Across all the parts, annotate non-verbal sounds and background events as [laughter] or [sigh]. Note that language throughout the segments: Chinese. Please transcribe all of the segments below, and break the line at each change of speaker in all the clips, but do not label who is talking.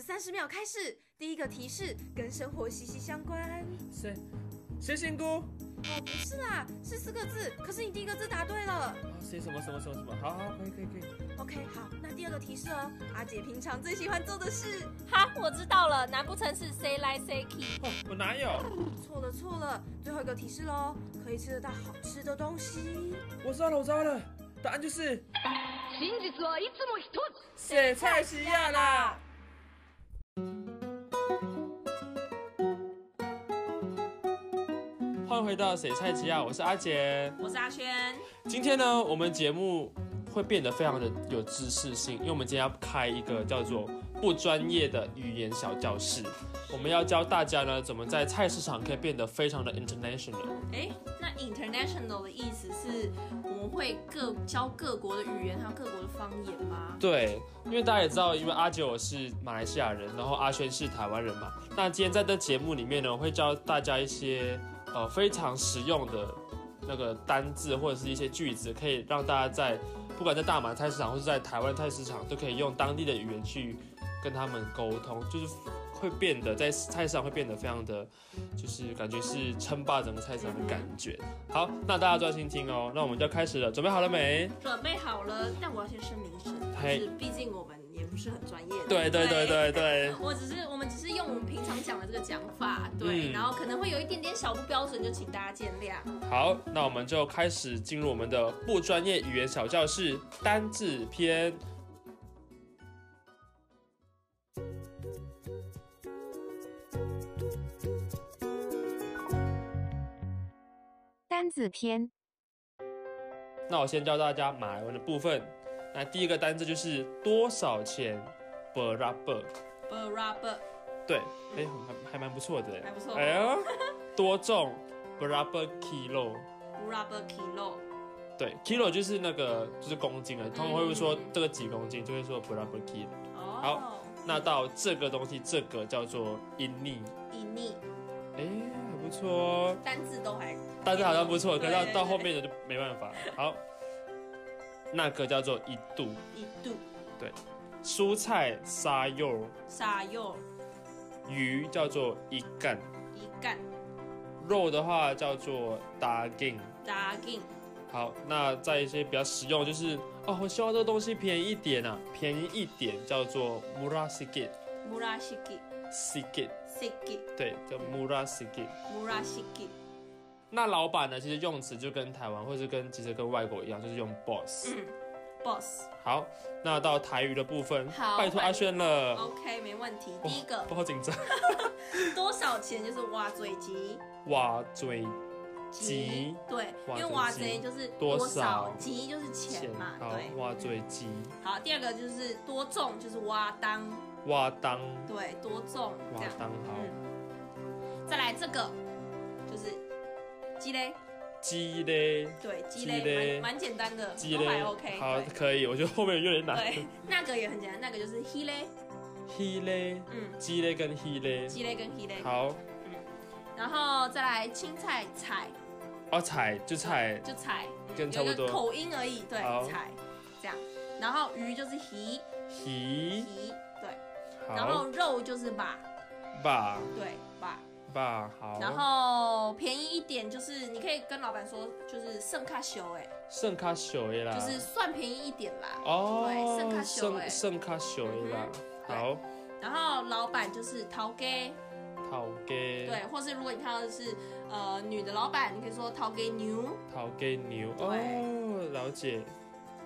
三十秒开始，第一个提示跟生活息息相关。
谁谁仙姑？
哦，不是啦，是四个字，可是你第一个字答对了。
啊，谁什么什么什么什么？好好，可以可以可以。
OK，好，那第二个提示哦，阿姐平常最喜欢做的事。
哈，我知道了，难不成是谁来谁去？
哦，我哪有？
错了错了，最后一个提示喽，可以吃得到好吃的东西。
我知道了，我知道了，答案就是
真実はいつも一つ
雪菜西亚啦。欢迎回到水菜奇亚，我是阿杰。
我是阿轩，
今天呢，我们节目会变得非常的有知识性，因为我们今天要开一个叫做不专业的语言小教室。我们要教大家呢，怎么在菜市场可以变得非常的 international。
哎，那 international 的意思是我们会各教各国的语言还有各国的方言吗？
对，因为大家也知道，因为阿九我是马来西亚人，然后阿轩是台湾人嘛。那今天在这节目里面呢，我会教大家一些呃非常实用的那个单字或者是一些句子，可以让大家在不管在大马菜市场或是在台湾菜市场，都可以用当地的语言去跟他们沟通，就是会变得在菜市场会变得非常的，就是感觉是称霸整个菜市场的感觉。好，那大家专心听哦。那我们就要开始了，准备好了没？
准备好了，但我要先声明一声，
嘿
就是毕竟我们也不是很专业的。
对对对对对。
我只是我们只是用我们平常讲的这个讲法，对，
嗯
然后可能会有一点点小不标准，就请大家见谅。
好，那我们就开始进入我们的不专业语言小教室单字篇。
单字篇、
那我先教大家马来文的部分。那第一个单字就是多少钱 b e r a b e
b a r a b
对，哎、还还蛮不错的，
还不错
哎呀，多重 b e r a b e kilo？
b a r a b kilo，
对，kilo 就是那个就是公斤了，他们会说这个几公斤，就会说 b e r a b e kilo。
哦，
那到这个东西，这个叫做 ini，
一逆
哎、还不错哦。
单字都还
但是好像不错，可
对
是到
对对
到后面的就没办法。好，那个叫做一度
一度，
蔬菜沙柚，
沙柚
鱼叫做一干，
一干
肉的话叫做 daging。
达金
好，那在一些比较实用，就是哦，我希望这个东西便宜一点啊，便宜一点叫做 murasigit
m u r a s h i k i
sigit，
s i k i
对，叫 murasigit。
m u r a s h i k i
那老板呢，其实用词就跟台湾或是跟其实跟外国一样，就是用 boss。
嗯，boss，
好，那到台语的部分，
好
拜托阿轩了。
OK，没问
Oh.
题。第一个
哦我好紧张。 [laughs]
多少钱就是挖嘴鸡，
哇，嘴鸡
对，
挖
因为
嘴
挖
鸡
嘴就是
多
少
少，
鸡就是钱嘛，
好
对，。
哇嘴鸡，
好，第二个就是多重，就是挖当，
哇当，
对，多重这
哇
样。嗯
当好，
再来这个就是鸡肋，
鸡嘞，
对，鸡
鸡肋
肋蛮蛮简单的，
鸡
都还
嘞
OK，
好
对，
可以，我觉得后面有点难。
对， [laughs] 那个也很简单，那个就是 he 嘞，
嘿嘞，
嗯，
鸡嘞跟嘿嘞，
鸡肋跟 he 嘞，
好，
然后再来青菜采，
哦踩就踩，
就采，嗯
跟差
有
不
一
多
个口音而已，对
好，
采这样。然后鱼就是 he
嘿，
he，对，然
好
后肉就是把，
吧
对把，
吧好，
然后便宜一点就是你可以跟老板说就是剩卡修哎，
剩卡小的啦，
就是算便宜一点啦。
哦，
对剩较俗的
剩剩卡小的啦，好
嗯，然后老板就是陶给，
头给
对，或是如果你看到的是呃女的老板，你可以说陶给牛。
头给牛，
对
哦，了解。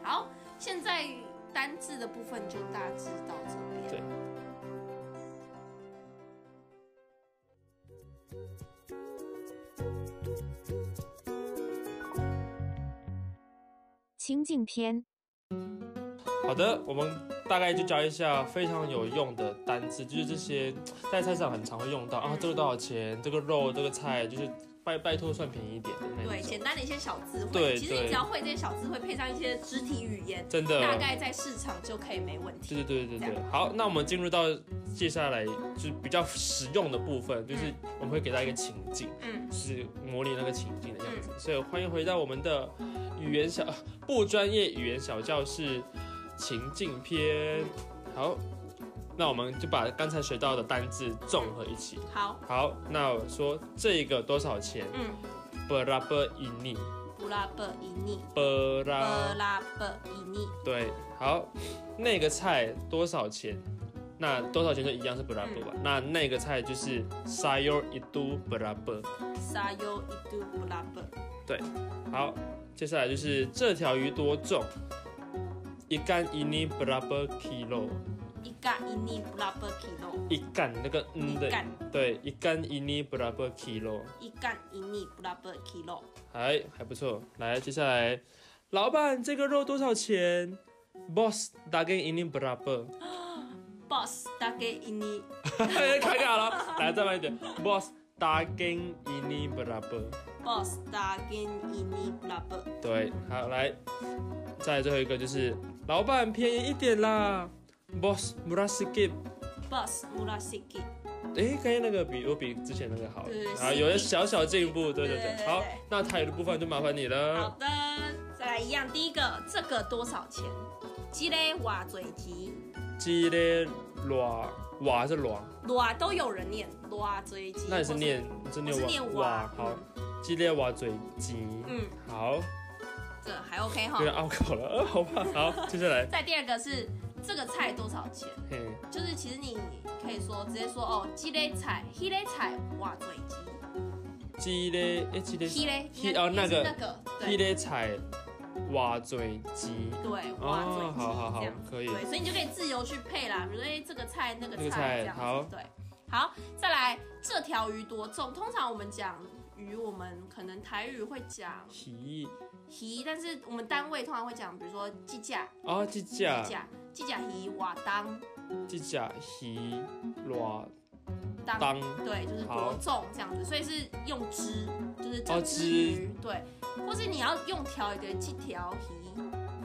好，现在单字的部分就大致到这边。
对
情境篇、
好的，我们大概就教一下非常有用的单词，就是这些在菜市场很常会用到啊，这个多少钱？这个肉，这个菜，就是拜拜托算便宜一点的那
对，
一种
简。单的一些小字汇，
对
其实
对
你只要会这些小字汇，配上一些肢体语言，
真的，
大概在市场就可以没问题。
对对对对
这
对。好，那我们进入到接下来就是比较实用的部分，就是我们会给大家一个情境，
嗯，
就是模拟那个情境的样子。所以欢迎回到我们的语言小不专业语言小教室情境篇。好，那我们就把刚才学到的单字综合一起。
好，
好，那我说这个多少钱？
嗯，
布拉布伊尼，
布拉布伊尼，
布
布
拉，
拉布伊尼，
对，好，那个菜多少钱？那多少钱就一样是布拉布吧？
嗯
那那个菜就是沙优一都布拉布。
沙尤伊杜布拉布，
好，接下来就是这条鱼多重？一干一尼布拉布 kilo，
伊嘎伊尼布拉布基诺，
一干那个嗯
伊
的，
干
对，一干一尼布拉布 kilo，
伊干伊尼布拉布基诺，
还哎还不错。来，接下来，老板这个肉多少钱？Boss 打给一尼布 [laughs] 拉布，
boss 大概伊尼
卡卡了。来，再慢一点，Boss 打给一尼布拉布。
boss 大概伊尼布拉布，
对，好，来，再来最后一个就是老板便宜一点啦，Boss 布拉斯给。
boss 穆拉西基，
诶，刚才那个比我比之前那个好
对，
啊，
是
有了小小进步，对对
对对
对。
对
好
对，
那台语的部分就麻烦你
好
了。
的，再来一样，第一个这个多少钱？这个瓦嘴吉，
鸡嘞卵瓦还是卵？
瓦啊都有人念，啊瓦嘴吉，
那你是念你是
我是
念
念嗯
瓦
瓦
好，鸡嘞瓦嘴鸡。
嗯，
好，
这还 OK 哈
有。点拗口了，呃，好吧，好，接下来，
再第二个是这个菜多少钱？
嘿，
就是其实你可以说直接说哦，这类菜，迄类菜，哇嘴鸡，
鸡嘞，诶，鸡嘞，
迄类
迄哦那个
那个
鸡
对
嘞菜瓦嘴鸡。
对哇嘴
哦，
鸡
好好
这
好
样，
可以。
对，所以你就可以自由去配啦，比如说哎这个菜那个
那个菜
菜这样
好
子，对，好，再来这条鱼多重？通常我们讲鱼，我们可能台语会讲
皮
鱼，但是我们单位通常会讲，比如说鸡架、
啊，鸡
鸡
架，
架、鸡架鱼、瓦当
鸡架皮卵
当
当。
对，就是
好
多重这样子，所以是用汁，就是
哦
整只
汁
鱼，对，或是你要用条也可以去调皮，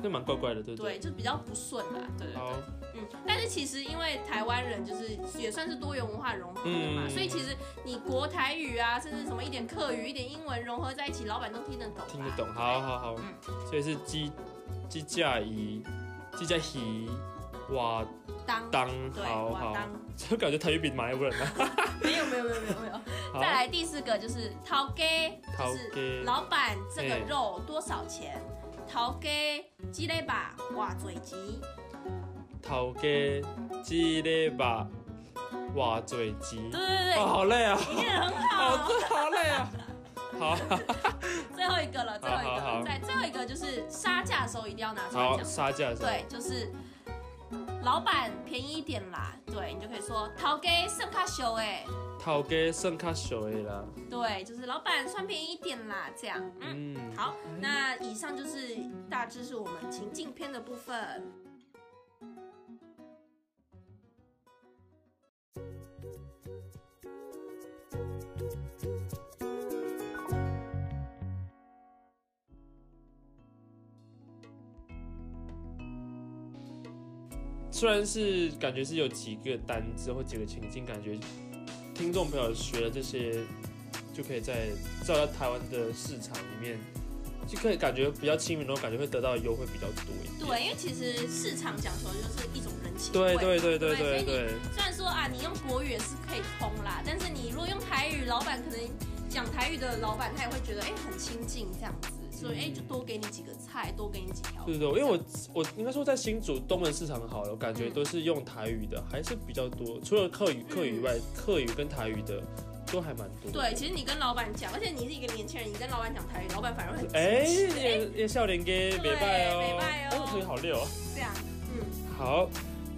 那蛮怪怪的，对不
对，
对？
就比较不顺啦，对对
好
对，，嗯，但是其实因为台湾人就是也算是多元文化融合的嘛，
嗯
所以其实你国台语啊，甚至什么一点客语、一点英文融合在一起，老板都听得懂，
听得懂，好，好好。
嗯
所以是鸡鸡架鱼，鸡架鱼，哇
当。
当，
对，
好
哇
好。
当，
就 [laughs] 感觉台语比马来文啊。
没有没有没有没有没有。
好
再，来第四个就是陶给，
头
就
家
是老板这个
嘿
肉多少钱？陶给鸡肋吧，哇嘴鸡，
头家鸡肋吧，哇嘴鸡。
对对对
哦，好累啊，
对，你念得
哦，
很好。
这好累啊。好，
最后一个了，最后一个
好好
了，再最后一个就是杀价的时候一定要拿出来
好，
讲。
杀价是吧？
对，就是老板便宜一点啦，对你就可以说陶给圣卡修哎，
头家算较俗的啦。
对，就是老板算便宜一点啦，这样，嗯，
嗯，
好，那以上就是大致是我们情境篇的部分。
虽然是感觉是有几个单字或几个情境，感觉听众朋友学了这些，就可以在照在台湾的市场里面，就可以感觉比较亲民，然后感觉会得到的优惠比较多一点。
对，因为其实市场讲求就是一种人情
对
味嘛，
对对
对
对对
所以
对，
你虽然说啊，你用国语也是可以通啦，但是你如果用台语，老板可能讲台语的老板他也会觉得哎、很亲近这样子，所以哎、就多给你几个菜，多给你几条。
对对对，因为我我应该说在新竹东门市场好了，我感觉
嗯
都是用台语的，还是比较多，除了客语客语以外，客语跟台语的都还蛮多。
嗯对，，其实你跟老板讲，而且你是一个年轻人，你跟老板讲台语，老板反而会很
哎、
支持
也也笑脸给
对
北拜哦，
北拜哦
腿好溜哦。
这样，嗯，
[laughs] 好，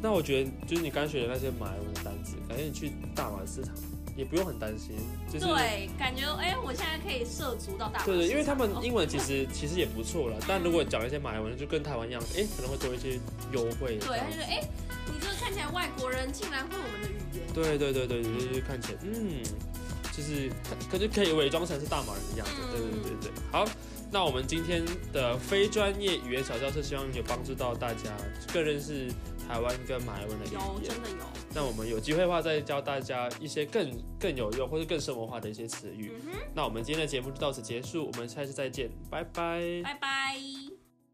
那我觉得就是你刚学的那些马来文的单词，感觉你去大马市场也不用很担心，就是
对，感觉哎、我现在可以涉足到大马
对对，
市
因为他
场
们
哦
英文其实其实也不错啦，但如果讲一些马来文，就跟台湾一样，哎，可能会多一些优惠。
对，他就说哎、你这个看起来外国人竟然会我们的语言，
对对对对对，就是看起来，嗯，就是可就可以伪装成是大马人的样子。
嗯
对对对对，好。那我们今天的非专业语言小教室，希望有帮助到大家更认识台湾跟马来文的语
有
言。
真的有。
那我们有机会的话，再教大家一些更更有用或者更生活化的一些词语。
嗯哼，
那我们今天的节目就到此结束，我们下次再见，拜拜
拜拜。